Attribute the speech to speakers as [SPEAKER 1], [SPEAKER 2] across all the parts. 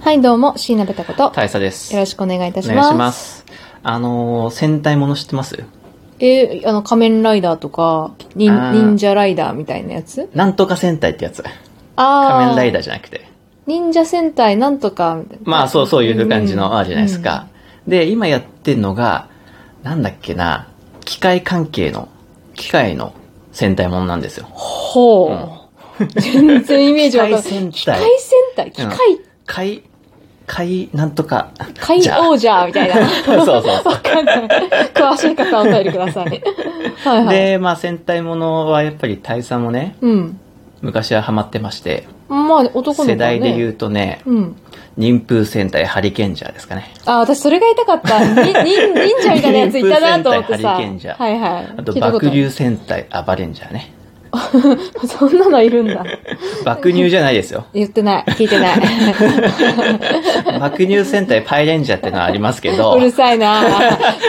[SPEAKER 1] はい、どうも、椎名ベタこと。
[SPEAKER 2] 大佐です。
[SPEAKER 1] よろしくお願いいた
[SPEAKER 2] お
[SPEAKER 1] します。
[SPEAKER 2] 願いします。あのー、戦隊もの知ってます
[SPEAKER 1] えーあの、仮面ライダーとか、忍
[SPEAKER 2] あー
[SPEAKER 1] 忍者ライダーみたいなやつ
[SPEAKER 2] なんとか戦隊ってやつ。
[SPEAKER 1] あー
[SPEAKER 2] 仮面ライダーじゃなくて。
[SPEAKER 1] 忍者戦隊なんとか、みたいな。
[SPEAKER 2] まあ、そう、そういう感じ
[SPEAKER 1] うん
[SPEAKER 2] の、あるじゃないですか。で、今やってるのが、なんだっけな、機械関係の、機械の戦隊ものなんですよ。
[SPEAKER 1] ほう。全然イメージわかんない。
[SPEAKER 2] 機
[SPEAKER 1] 機械
[SPEAKER 2] 械
[SPEAKER 1] 戦隊機械、
[SPEAKER 2] 械、械、なん とか。
[SPEAKER 1] 怪
[SPEAKER 2] じゃあ
[SPEAKER 1] 王者みたいな。
[SPEAKER 2] そうそうそう。
[SPEAKER 1] わかんない。 詳しい方はお便りくだ さい。はいはい。
[SPEAKER 2] で、まあ、戦隊ものはやっぱり大佐もね、
[SPEAKER 1] うん。
[SPEAKER 2] 昔はハマってまして、
[SPEAKER 1] まあ、男の子、ね、
[SPEAKER 2] 世代で言
[SPEAKER 1] う。
[SPEAKER 2] うとね、
[SPEAKER 1] うん。
[SPEAKER 2] 忍風戦隊ハリケンジャーですかね。
[SPEAKER 1] あ、私それが痛かった。にに忍者みたいなやついたなと思ってさ。
[SPEAKER 2] 忍風戦隊ハリケンジャー
[SPEAKER 1] はいはい。
[SPEAKER 2] あと、
[SPEAKER 1] 聞いたこ
[SPEAKER 2] 爆
[SPEAKER 1] ある
[SPEAKER 2] 流戦隊アバレンジャーね。
[SPEAKER 1] そんなのいるんだ。。
[SPEAKER 2] 爆乳じゃないですよ
[SPEAKER 1] 言ってない。聞いて ない。
[SPEAKER 2] 爆乳戦隊パイレンジャーってのはありますけど、
[SPEAKER 1] うるさいな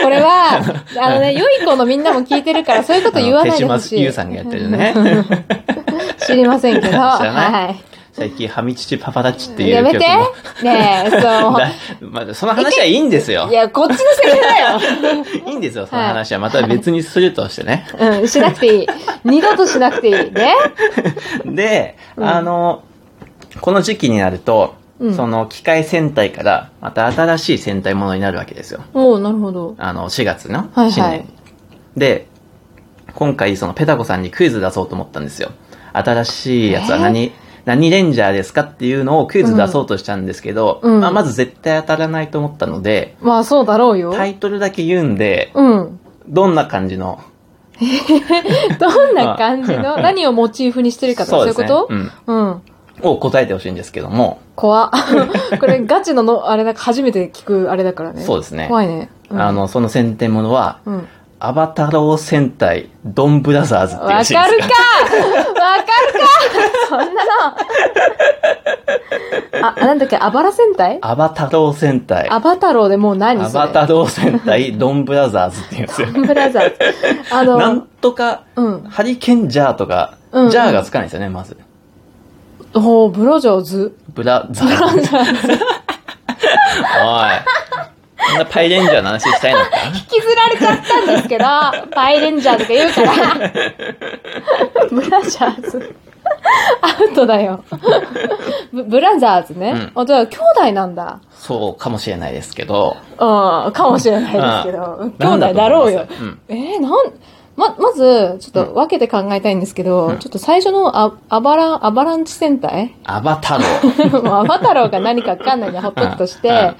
[SPEAKER 1] これ は、あのね、良い子のみんなも聞いてるから、そういうこと言わないでほ
[SPEAKER 2] 手
[SPEAKER 1] し
[SPEAKER 2] 島
[SPEAKER 1] い。
[SPEAKER 2] 優さんがやって るね。
[SPEAKER 1] 知りませんけど。
[SPEAKER 2] 知らない
[SPEAKER 1] は
[SPEAKER 2] 最近、ハミチチパパタッチって
[SPEAKER 1] い。
[SPEAKER 2] い
[SPEAKER 1] や
[SPEAKER 2] う
[SPEAKER 1] め
[SPEAKER 2] 曲
[SPEAKER 1] て
[SPEAKER 2] も。
[SPEAKER 1] ねえ、 そ
[SPEAKER 2] だまあ、その話はいいんですよ
[SPEAKER 1] う。い。や、こっちの責任だよ。
[SPEAKER 2] いいんですよ、その話は。また別にするとしてね。
[SPEAKER 1] うん、しなくていい。二度としなくていい。ね。
[SPEAKER 2] で、
[SPEAKER 1] うん
[SPEAKER 2] あの、この時期になると、
[SPEAKER 1] うん
[SPEAKER 2] その機械戦隊からまた新しい戦隊ものになるわけですよ。
[SPEAKER 1] もう、なるほど。
[SPEAKER 2] あの、4月の
[SPEAKER 1] はいはい
[SPEAKER 2] 新年。で、今回、そのペタコさんにクイズ出そうと思ったんですよ。新しいやつは何、何レンジャーですかっていうのをクイズ出そうとしたんですけど、
[SPEAKER 1] うんうん
[SPEAKER 2] まあ、まず絶対当たらないと思ったので、
[SPEAKER 1] まあ、そうだろうよ。
[SPEAKER 2] タイトルだけ言うんで、
[SPEAKER 1] うん。
[SPEAKER 2] どんな感じの。
[SPEAKER 1] どんな感じの、何をモチーフにしてるかとか、そういう
[SPEAKER 2] です
[SPEAKER 1] こ
[SPEAKER 2] ね
[SPEAKER 1] と
[SPEAKER 2] うん。
[SPEAKER 1] うん。
[SPEAKER 2] を答えてほしいんですけども、
[SPEAKER 1] 怖っ これガチのの、あれだ、初めて聞くあれだからね。
[SPEAKER 2] そうですね。
[SPEAKER 1] 怖いね。うん
[SPEAKER 2] あ、の、その先手ものは、
[SPEAKER 1] うん。
[SPEAKER 2] アバタロー戦隊、ドンブラザーズっていうら
[SPEAKER 1] わ
[SPEAKER 2] しいんで
[SPEAKER 1] か
[SPEAKER 2] すよ
[SPEAKER 1] るかわかるかそんなの。あ、なんだっけ、アバラ戦隊
[SPEAKER 2] アバタロー戦隊、
[SPEAKER 1] アバタローでもう何
[SPEAKER 2] ア
[SPEAKER 1] それ
[SPEAKER 2] バタロー戦隊、ドンブラザーズっていうんですよ。
[SPEAKER 1] ブラザーズ。あ
[SPEAKER 2] な
[SPEAKER 1] の
[SPEAKER 2] ん、とか、
[SPEAKER 1] うん。
[SPEAKER 2] ハリケンジャーとか、
[SPEAKER 1] うん
[SPEAKER 2] ジャーがつかないですよね、まず。
[SPEAKER 1] おーブラジャーズ。
[SPEAKER 2] ブラザーズ。おい。そんなパイレンジャーの話したいのか
[SPEAKER 1] 引きずられちゃったんですけど、パイレンジャーとか言う から。ブラジャーズ。アウトだよ。ブブラザーズね。
[SPEAKER 2] う
[SPEAKER 1] あ、じゃあ兄弟なんだ。
[SPEAKER 2] そうかもしれないですけど。
[SPEAKER 1] うん、かもしれないですけ
[SPEAKER 2] う
[SPEAKER 1] ど
[SPEAKER 2] ん、
[SPEAKER 1] 兄弟だろうよ
[SPEAKER 2] なんだと思います。
[SPEAKER 1] えー、なん、ま、まず、ちょっと分けて考えたいんですけど、ちょっと最初のアアバラ、アバランチ戦隊
[SPEAKER 2] アバタロー。
[SPEAKER 1] もうアバタローが何か分かんないんでほっとくとし
[SPEAKER 2] う
[SPEAKER 1] て
[SPEAKER 2] ん、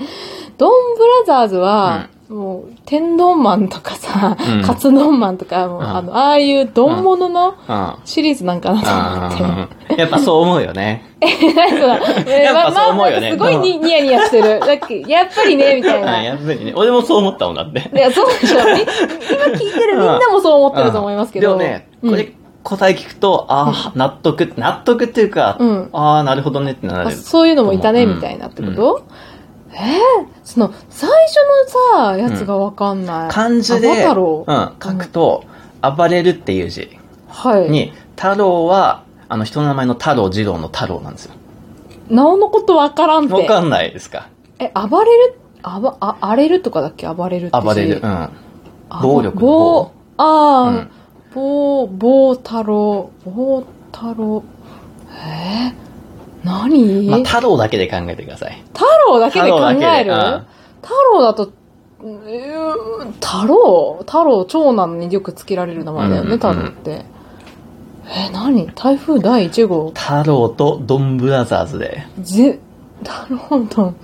[SPEAKER 1] ドンブラザーズは、もう、天丼マンとかさ、
[SPEAKER 2] うん
[SPEAKER 1] カツ丼マンとか、もう
[SPEAKER 2] うん
[SPEAKER 1] あの、ああいう丼物の
[SPEAKER 2] うん。
[SPEAKER 1] シリーズなんかなと思って。
[SPEAKER 2] うんやっぱそう思うよね。
[SPEAKER 1] え、何それ。えー
[SPEAKER 2] やっぱ
[SPEAKER 1] ま
[SPEAKER 2] そう思うよね
[SPEAKER 1] まあなんかすごいにニヤニヤしてる。だっけやっぱりね、みた
[SPEAKER 2] う
[SPEAKER 1] い
[SPEAKER 2] ん、
[SPEAKER 1] な。
[SPEAKER 2] やっぱりね。俺もそう思ったもんだって。
[SPEAKER 1] いや、そうでしょ。み今聞いてるみんなもそう思ってると思いますけど。
[SPEAKER 2] うんでもね、
[SPEAKER 1] う
[SPEAKER 2] こ
[SPEAKER 1] ん
[SPEAKER 2] れ答え聞くと、ああ、納得、納得っていうか、
[SPEAKER 1] うん
[SPEAKER 2] ああ、なるほどねってな
[SPEAKER 1] あ
[SPEAKER 2] る。
[SPEAKER 1] そういうのもいたね、
[SPEAKER 2] うん
[SPEAKER 1] みたいなってこと、えーその、最初のさ、やつがわかんない。
[SPEAKER 2] 漢字
[SPEAKER 1] あ
[SPEAKER 2] で、
[SPEAKER 1] バタロ
[SPEAKER 2] う
[SPEAKER 1] ウ。
[SPEAKER 2] ん、書くと、暴れるっていう字。
[SPEAKER 1] はい。
[SPEAKER 2] に、太郎は、あの人の名前の太郎、二郎の太郎なんですよ。
[SPEAKER 1] なおのことわからん
[SPEAKER 2] わ
[SPEAKER 1] て。
[SPEAKER 2] かんないですか
[SPEAKER 1] え、暴れるあば、あ、荒れるとかだっけ暴れるって字
[SPEAKER 2] 暴れる。うん。
[SPEAKER 1] あ
[SPEAKER 2] 暴力の
[SPEAKER 1] 暴
[SPEAKER 2] 暴。
[SPEAKER 1] ああ、
[SPEAKER 2] うん
[SPEAKER 1] 暴、暴太郎。暴太郎。えー何、
[SPEAKER 2] まあ、太郎だけで考えてください。
[SPEAKER 1] 太郎だけで考える
[SPEAKER 2] 太郎だけ
[SPEAKER 1] 太郎
[SPEAKER 2] でうん
[SPEAKER 1] だと、うー太郎太郎、長男によくつけられる名前だよね、
[SPEAKER 2] うん
[SPEAKER 1] 太郎って。え、何台風第1号
[SPEAKER 2] 太郎とドンブラザーズ で。
[SPEAKER 1] ぜ、太郎と、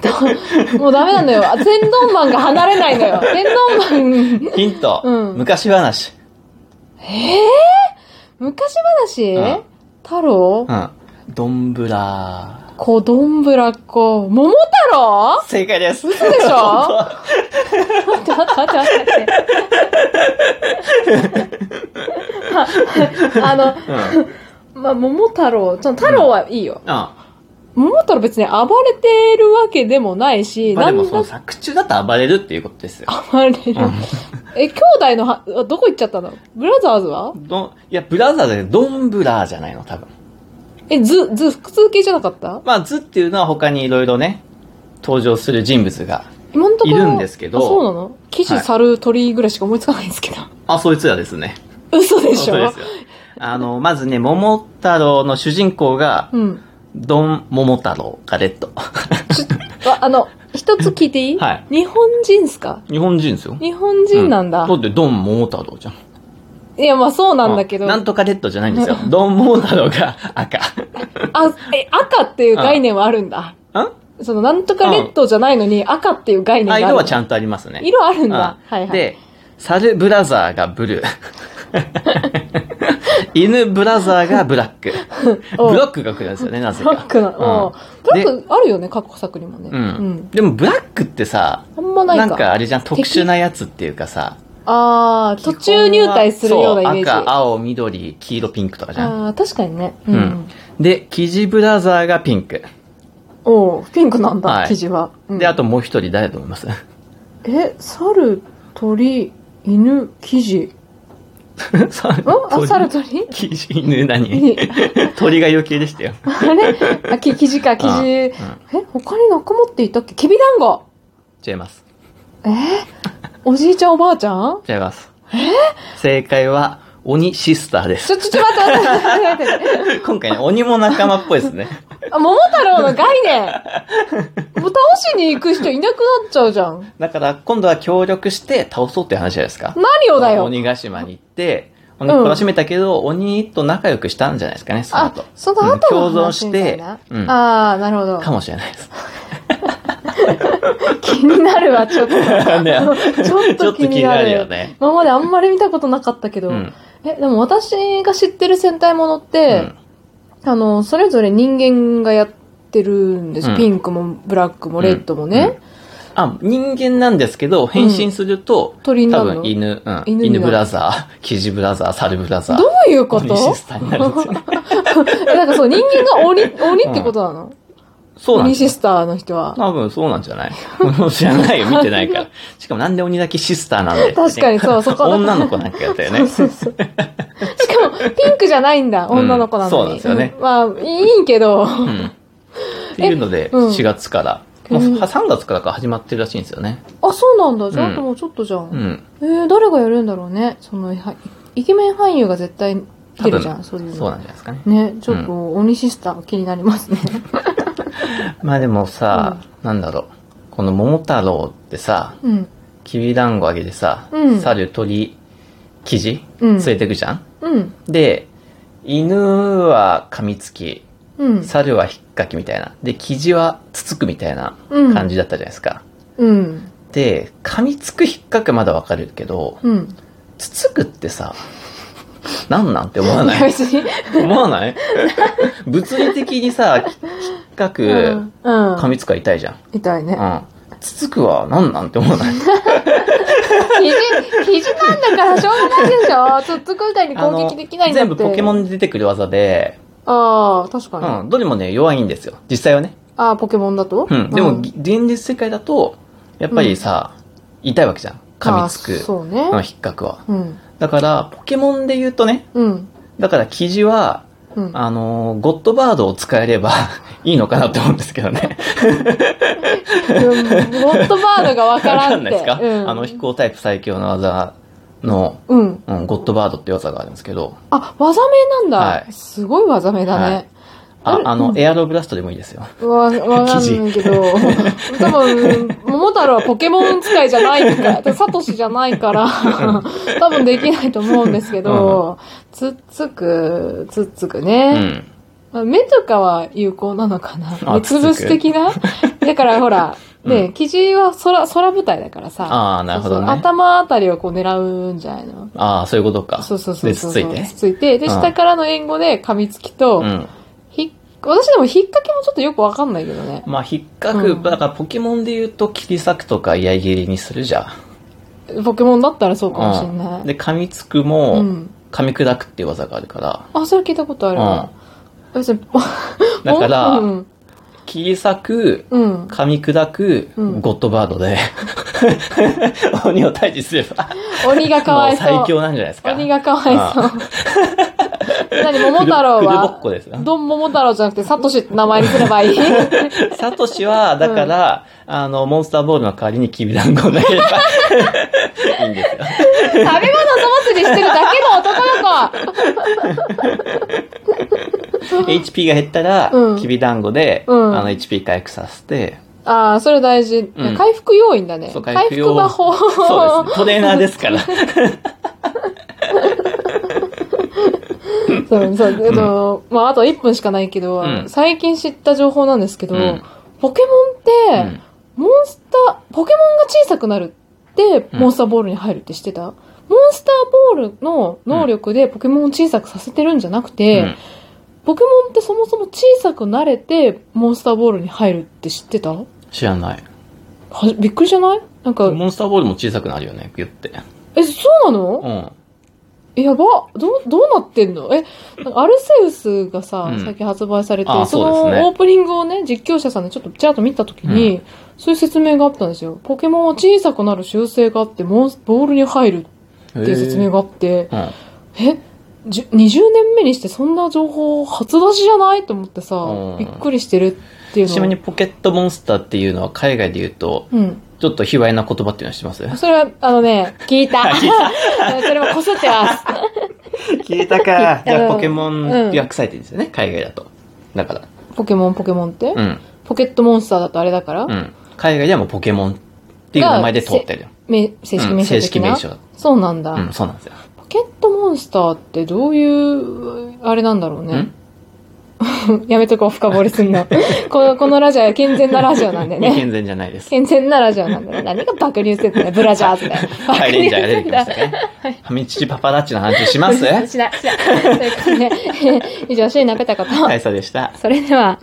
[SPEAKER 1] だ もうダメなのよ。あ天丼マンが離れないの よ。天丼マン、
[SPEAKER 2] ヒント、
[SPEAKER 1] うん
[SPEAKER 2] 昔話。
[SPEAKER 1] 昔
[SPEAKER 2] うん
[SPEAKER 1] 話太郎
[SPEAKER 2] うん。ドンブラ
[SPEAKER 1] 子丼ぶらっ子、桃太郎
[SPEAKER 2] ー。正解です。
[SPEAKER 1] 嘘でしょ待って待って待って待って。ああの、
[SPEAKER 2] うん。うん。
[SPEAKER 1] まあ、桃太郎、その太郎はいいよ。
[SPEAKER 2] ま
[SPEAKER 1] 桃太郎別に暴れてるわけでもないし、
[SPEAKER 2] あでも
[SPEAKER 1] なん
[SPEAKER 2] その作中だと暴れるっていうことですよ。
[SPEAKER 1] 暴れる。 え、兄弟のは、あどこ行っちゃったのブラザーズは
[SPEAKER 2] どんいや、ブラザーズでドンブラーじゃないの、多分。
[SPEAKER 1] え、図、図、複数形じゃなかった
[SPEAKER 2] まあ、図っていうのは他にいろいろね、登場する人物が。
[SPEAKER 1] 今のところ。
[SPEAKER 2] いるんですけど
[SPEAKER 1] あそうなの騎士、
[SPEAKER 2] はい
[SPEAKER 1] 猿、鳥ぐらいしか思いつかないんですけど。
[SPEAKER 2] あ、そいつらですね。
[SPEAKER 1] 嘘でしょ
[SPEAKER 2] そうですよ。あの、まずね、桃太郎の主人公が、
[SPEAKER 1] うん。
[SPEAKER 2] ドン・桃太郎ガレット。
[SPEAKER 1] わあの、一つ聞いていい、
[SPEAKER 2] はい
[SPEAKER 1] 日本人っすか
[SPEAKER 2] 日本人ですよ。
[SPEAKER 1] 日本人なんだ。
[SPEAKER 2] うだって、ドン・桃太郎じゃん。
[SPEAKER 1] いや、まあそうなんだけど。
[SPEAKER 2] なんとかレッドじゃないん ですよ。ドン・桃太郎が赤。
[SPEAKER 1] あ、え、赤っていう概念はあるんだ。
[SPEAKER 2] ん
[SPEAKER 1] その、なんとかレッドじゃないのに、赤っていう概念が
[SPEAKER 2] あ、
[SPEAKER 1] ある。
[SPEAKER 2] 色はちゃんとありますね。
[SPEAKER 1] 色あるん
[SPEAKER 2] うん
[SPEAKER 1] だ。はいはい。
[SPEAKER 2] で、サルブラザーが ブルー。犬ブラザーがブラック。ブ
[SPEAKER 1] おう
[SPEAKER 2] ロックが来るんですよね、なぜ
[SPEAKER 1] ブ
[SPEAKER 2] か。
[SPEAKER 1] ラックな、おうブラックあるよね、過去作にもね。
[SPEAKER 2] うん。うん。でもブラックってさ、
[SPEAKER 1] あんまない
[SPEAKER 2] な
[SPEAKER 1] か。
[SPEAKER 2] んかあれじゃん、特殊なやつっていうかさ。
[SPEAKER 1] ああ、途中入隊するようなイメージ。
[SPEAKER 2] そう赤、
[SPEAKER 1] あ
[SPEAKER 2] 青、緑、黄色、ピンクとかじゃん。
[SPEAKER 1] あー、確かにね。う。
[SPEAKER 2] うんん。で、キジブラザーがピンク。
[SPEAKER 1] おうピンクなんだ、
[SPEAKER 2] はい
[SPEAKER 1] 生地は。うん
[SPEAKER 2] で、あともう一人誰だと思います
[SPEAKER 1] え、猿、鳥、犬、生地。
[SPEAKER 2] さ
[SPEAKER 1] んあ、猿、 鳥
[SPEAKER 2] キジ、犬、
[SPEAKER 1] い
[SPEAKER 2] 何鳥が余計でしたよ。
[SPEAKER 1] あれ あ、き生地か、生
[SPEAKER 2] あ
[SPEAKER 1] 地。え
[SPEAKER 2] うん、
[SPEAKER 1] 他に仲間っていたっけきびだんご
[SPEAKER 2] 違います。
[SPEAKER 1] えおじいちゃんおばあちゃん
[SPEAKER 2] 違います。正解は、鬼シスターで
[SPEAKER 1] ち
[SPEAKER 2] す。
[SPEAKER 1] ょ、ちょ、ちょ、待って待って待って待って待っ
[SPEAKER 2] 今回ね、鬼も仲間っぽいですね。
[SPEAKER 1] て。あ、桃太郎の概念もう倒しに行く人いなくなっちゃうじゃん。
[SPEAKER 2] だから、今度は協力して倒そうっていう話じゃないですか。
[SPEAKER 1] 何をだよ。
[SPEAKER 2] 鬼ヶ島に行って、鬼
[SPEAKER 1] うん
[SPEAKER 2] 苦しめたけど、鬼と仲良くしたんじゃないですかね、その
[SPEAKER 1] あ
[SPEAKER 2] 後。、
[SPEAKER 1] その後の
[SPEAKER 2] うん共存
[SPEAKER 1] 話
[SPEAKER 2] し
[SPEAKER 1] みたい
[SPEAKER 2] て
[SPEAKER 1] な。、
[SPEAKER 2] うん、か
[SPEAKER 1] ああ、なるほど。
[SPEAKER 2] もしれないです。
[SPEAKER 1] 気になるわ、ちょっと。
[SPEAKER 2] ね
[SPEAKER 1] ちょっと気になる。
[SPEAKER 2] よね。
[SPEAKER 1] 今まであんまり見たことなかったけど。
[SPEAKER 2] うん。
[SPEAKER 1] え、でも私が知ってる戦隊ものっ
[SPEAKER 2] う
[SPEAKER 1] て、
[SPEAKER 2] ん
[SPEAKER 1] あの、それぞれ人間がやってるんです。
[SPEAKER 2] うん
[SPEAKER 1] ピンクもブラックもレッドも
[SPEAKER 2] うん
[SPEAKER 1] ね。
[SPEAKER 2] あ、人間なんですけど、変身すると、
[SPEAKER 1] 鳥にな
[SPEAKER 2] 多
[SPEAKER 1] るの
[SPEAKER 2] 分
[SPEAKER 1] ど
[SPEAKER 2] 犬、うん、
[SPEAKER 1] 犬になる
[SPEAKER 2] 犬ブラザー、キジブラザー、サルブラザー、
[SPEAKER 1] ういうこと
[SPEAKER 2] 鬼シスターになるんです よね。
[SPEAKER 1] え、なんかそう、人間が 鬼、鬼ってことなの、
[SPEAKER 2] そうなん
[SPEAKER 1] 鬼
[SPEAKER 2] ですよ
[SPEAKER 1] シスターの人は。
[SPEAKER 2] 多分そうなんじゃないもう知らないよ、見てな いから。しかもなんで鬼だけシスターなんで、
[SPEAKER 1] 確かにそうそこは
[SPEAKER 2] 女の子なんかやったよね。
[SPEAKER 1] そうそうそう。しかも、ピンクじゃないんだ、
[SPEAKER 2] うん
[SPEAKER 1] 女の子なのに。
[SPEAKER 2] そうなんですよね
[SPEAKER 1] うんまあ、いいけど。
[SPEAKER 2] うん。っていうので、
[SPEAKER 1] うん
[SPEAKER 2] 4月から、
[SPEAKER 1] うん
[SPEAKER 2] もう3月からか始まってるらしいんですよね。
[SPEAKER 1] あ、そうなんだ。じゃあ、
[SPEAKER 2] うん
[SPEAKER 1] あともうちょっとじゃん。
[SPEAKER 2] うん。
[SPEAKER 1] えー、誰がやるんだろうね。その、はイケメン俳優が絶対出るじゃん、そういうの。
[SPEAKER 2] そうなんじゃないですかね。
[SPEAKER 1] ね、ちょっと、鬼シスター気になります ね。
[SPEAKER 2] まあでもさ、なんだろう。この桃太郎ってさ、
[SPEAKER 1] うん。
[SPEAKER 2] きびだんごあげてさ、
[SPEAKER 1] うん
[SPEAKER 2] 猿、鳥、キジ、
[SPEAKER 1] うん
[SPEAKER 2] 連れてくじゃん、
[SPEAKER 1] うん。
[SPEAKER 2] で、犬は噛みつき、
[SPEAKER 1] うん。
[SPEAKER 2] 猿は引っかきみたいな。で、キジはつつくみたいな
[SPEAKER 1] うん
[SPEAKER 2] 感じだったじゃないですか。
[SPEAKER 1] うん。
[SPEAKER 2] で、噛みつく引っかくまだわかるけど、
[SPEAKER 1] うん。
[SPEAKER 2] つつくってさ、なんなんて思わ
[SPEAKER 1] い
[SPEAKER 2] な
[SPEAKER 1] や
[SPEAKER 2] い
[SPEAKER 1] 別に。
[SPEAKER 2] 思わない 物理的にさ、き引っかく、
[SPEAKER 1] うん。
[SPEAKER 2] 噛みつくは痛いじゃん。
[SPEAKER 1] 痛いね。
[SPEAKER 2] うん。つつくはなんなんて思わない
[SPEAKER 1] 肘、肘なんだからしょうがないでし ょちょっと今回に攻撃できないんだ
[SPEAKER 2] あ
[SPEAKER 1] って。
[SPEAKER 2] の全部ポケモン。で出てくる技で、
[SPEAKER 1] ああ、確かに。
[SPEAKER 2] う
[SPEAKER 1] あ
[SPEAKER 2] ん、どれもね、弱いんですよ。実際はね。
[SPEAKER 1] あー、ポケモンだと
[SPEAKER 2] うん。でも、現実世界だと、やっぱりさ、痛いわけじゃん。噛みつく
[SPEAKER 1] あー。そうね。
[SPEAKER 2] うん、引っかくは。
[SPEAKER 1] うん。
[SPEAKER 2] だから、ポケモンで言うとね、
[SPEAKER 1] うん。
[SPEAKER 2] だから記事は、
[SPEAKER 1] うん。
[SPEAKER 2] あのーゴッドバードを使えれば いいのかなと思うんですけどね。
[SPEAKER 1] うんゴッドバードがわ
[SPEAKER 2] わ
[SPEAKER 1] からんって。
[SPEAKER 2] かんないですか、
[SPEAKER 1] うん、
[SPEAKER 2] あの飛行タイプ最強の技の、
[SPEAKER 1] うん。
[SPEAKER 2] うん、ゴッドバードって技があるんですけど、
[SPEAKER 1] あ、技名なんだ。
[SPEAKER 2] はい
[SPEAKER 1] すごい技名だね。あ
[SPEAKER 2] あ、
[SPEAKER 1] れ
[SPEAKER 2] あの、エアロブラストでもいいですよ。
[SPEAKER 1] わ、わかんないけど、多分、桃太郎はポケモン使いじゃない から、サトシじゃないから、多分できないと思うんですけど、つっつく、つっつく
[SPEAKER 2] う
[SPEAKER 1] ね。
[SPEAKER 2] ん。
[SPEAKER 1] 目とかは有効なのかな
[SPEAKER 2] あ
[SPEAKER 1] 目つぶす的なだからほら、
[SPEAKER 2] う
[SPEAKER 1] ね、生地は空、空舞台だからさ、
[SPEAKER 2] ああ、なるほどね。
[SPEAKER 1] そうそう頭あたりをこう狙うんじゃないの
[SPEAKER 2] ああ、そういうことか。
[SPEAKER 1] そうそうそう
[SPEAKER 2] で、
[SPEAKER 1] そ
[SPEAKER 2] つ
[SPEAKER 1] う。
[SPEAKER 2] ついて。
[SPEAKER 1] つついて。で、
[SPEAKER 2] うん
[SPEAKER 1] 下からの援護で噛みつきと、
[SPEAKER 2] うん。
[SPEAKER 1] ひっ私でも引っ掛けもちょっとよくわかんないけどね。
[SPEAKER 2] まあ、引っかく、
[SPEAKER 1] うん
[SPEAKER 2] だからポケモンで言うと、切り裂くとか、居合切りにするじゃん。
[SPEAKER 1] ポケモンだったらそうかもしんない。
[SPEAKER 2] で、噛みつく
[SPEAKER 1] う
[SPEAKER 2] も、
[SPEAKER 1] ん。
[SPEAKER 2] 噛み砕くっていう技があるから、
[SPEAKER 1] あ、それ聞いたことあるわ。別に、
[SPEAKER 2] だから
[SPEAKER 1] うん。
[SPEAKER 2] 切り裂く、
[SPEAKER 1] うん。
[SPEAKER 2] 噛み砕く、
[SPEAKER 1] うん
[SPEAKER 2] ゴッドバードで、 鬼を退治すれば、
[SPEAKER 1] 鬼がかわ
[SPEAKER 2] もう
[SPEAKER 1] いそう。
[SPEAKER 2] 最強なんじゃないですか。
[SPEAKER 1] 鬼がかわいそう。 何、桃太郎
[SPEAKER 2] くるぼっ
[SPEAKER 1] は
[SPEAKER 2] こですな
[SPEAKER 1] どん桃太郎じゃなくて、サトシって名前にすれば いい
[SPEAKER 2] サトシは、だから、あの、モンスターボールの代わりにきびだんごを投 げればいいんで
[SPEAKER 1] 食
[SPEAKER 2] すよ。
[SPEAKER 1] べ物の祭りしてるだけの男の子
[SPEAKER 2] HP が減ったら
[SPEAKER 1] うん、
[SPEAKER 2] きびだんごで、
[SPEAKER 1] うん
[SPEAKER 2] あの、HP 回復させて、
[SPEAKER 1] ああ、それ大事、
[SPEAKER 2] うん
[SPEAKER 1] 回復要因だね。
[SPEAKER 2] そう
[SPEAKER 1] 回
[SPEAKER 2] 回
[SPEAKER 1] 復
[SPEAKER 2] 復要因
[SPEAKER 1] 魔法。
[SPEAKER 2] そ うですね。トレーナーですから。
[SPEAKER 1] そう、そう、えっと、まあ、あと1分しかないけど、
[SPEAKER 2] うん
[SPEAKER 1] 最近知った情報なんですけど、
[SPEAKER 2] うん
[SPEAKER 1] ポケモンって、モンスター、ポケモンが小さくなるって、
[SPEAKER 2] うん
[SPEAKER 1] モンスターボールに入るって知ってた、モンスターボールの能力でポケモンを小さくさせてるんじゃなくて、
[SPEAKER 2] うん
[SPEAKER 1] ポケモンってそもそも小さくなれて、モンスターボールに入るって知ってたは
[SPEAKER 2] 知らない。
[SPEAKER 1] びっくりじゃないなんか、
[SPEAKER 2] モンスターボールも小さくなるよね、ギュって。
[SPEAKER 1] え、そうなの
[SPEAKER 2] うん。
[SPEAKER 1] えやばどう、どうなってんのえ、なんかアルセウスがさ、
[SPEAKER 2] うん
[SPEAKER 1] 最近発売されて、
[SPEAKER 2] あー
[SPEAKER 1] そ
[SPEAKER 2] そうですね
[SPEAKER 1] のオープニングをね、実況者さんでちょっとちらっと見たときに、そういう説明があったんですよ。ポケモンは小さくなる習性があって、モンスボールに入る
[SPEAKER 2] て
[SPEAKER 1] っていう説明
[SPEAKER 2] が。
[SPEAKER 1] があって、
[SPEAKER 2] うん。
[SPEAKER 1] えじゅ ?20 年目にしてそんな情報初出しじゃないと思ってさ、
[SPEAKER 2] うん
[SPEAKER 1] びっくりしてるっていうの
[SPEAKER 2] ちなみにポケットモンスターっていうのは海外で言うと、
[SPEAKER 1] うん。
[SPEAKER 2] ちょっと卑猥な言葉っていうのは知ってます
[SPEAKER 1] それは、あの ね、聞いた。 それもこすってます。
[SPEAKER 2] 聞いたかじゃあポケモ
[SPEAKER 1] うん
[SPEAKER 2] ンが臭いって言うんですよね、海外だと。だから。
[SPEAKER 1] ポケモン、ポケモンって、
[SPEAKER 2] うん。
[SPEAKER 1] ポケットモンスターだとあれだから、
[SPEAKER 2] うん。海外ではもうポケモンっていう名前で通ってるよ。
[SPEAKER 1] め正式名称
[SPEAKER 2] うん正
[SPEAKER 1] 的
[SPEAKER 2] 式
[SPEAKER 1] な、
[SPEAKER 2] 名称。
[SPEAKER 1] そうなんだ、
[SPEAKER 2] うん、そうなんですよ。
[SPEAKER 1] ポケットモンスターってどういう、あれなんだろうね。やめとこう、深掘りすん の。この、このラジオは健全なラジオなんで
[SPEAKER 2] ね、
[SPEAKER 1] ね。
[SPEAKER 2] 健全じゃない です。
[SPEAKER 1] 健全なラジオなんでね。何が爆乳説だよ、ブラジャー ズだよ。
[SPEAKER 2] はい、レンジャーが出てきました
[SPEAKER 1] ね。
[SPEAKER 2] ね。ファミチキパパラッチの 話します
[SPEAKER 1] しない、しない。ということで、以上、シーナペタコと、
[SPEAKER 2] 大佐でした。
[SPEAKER 1] それでは、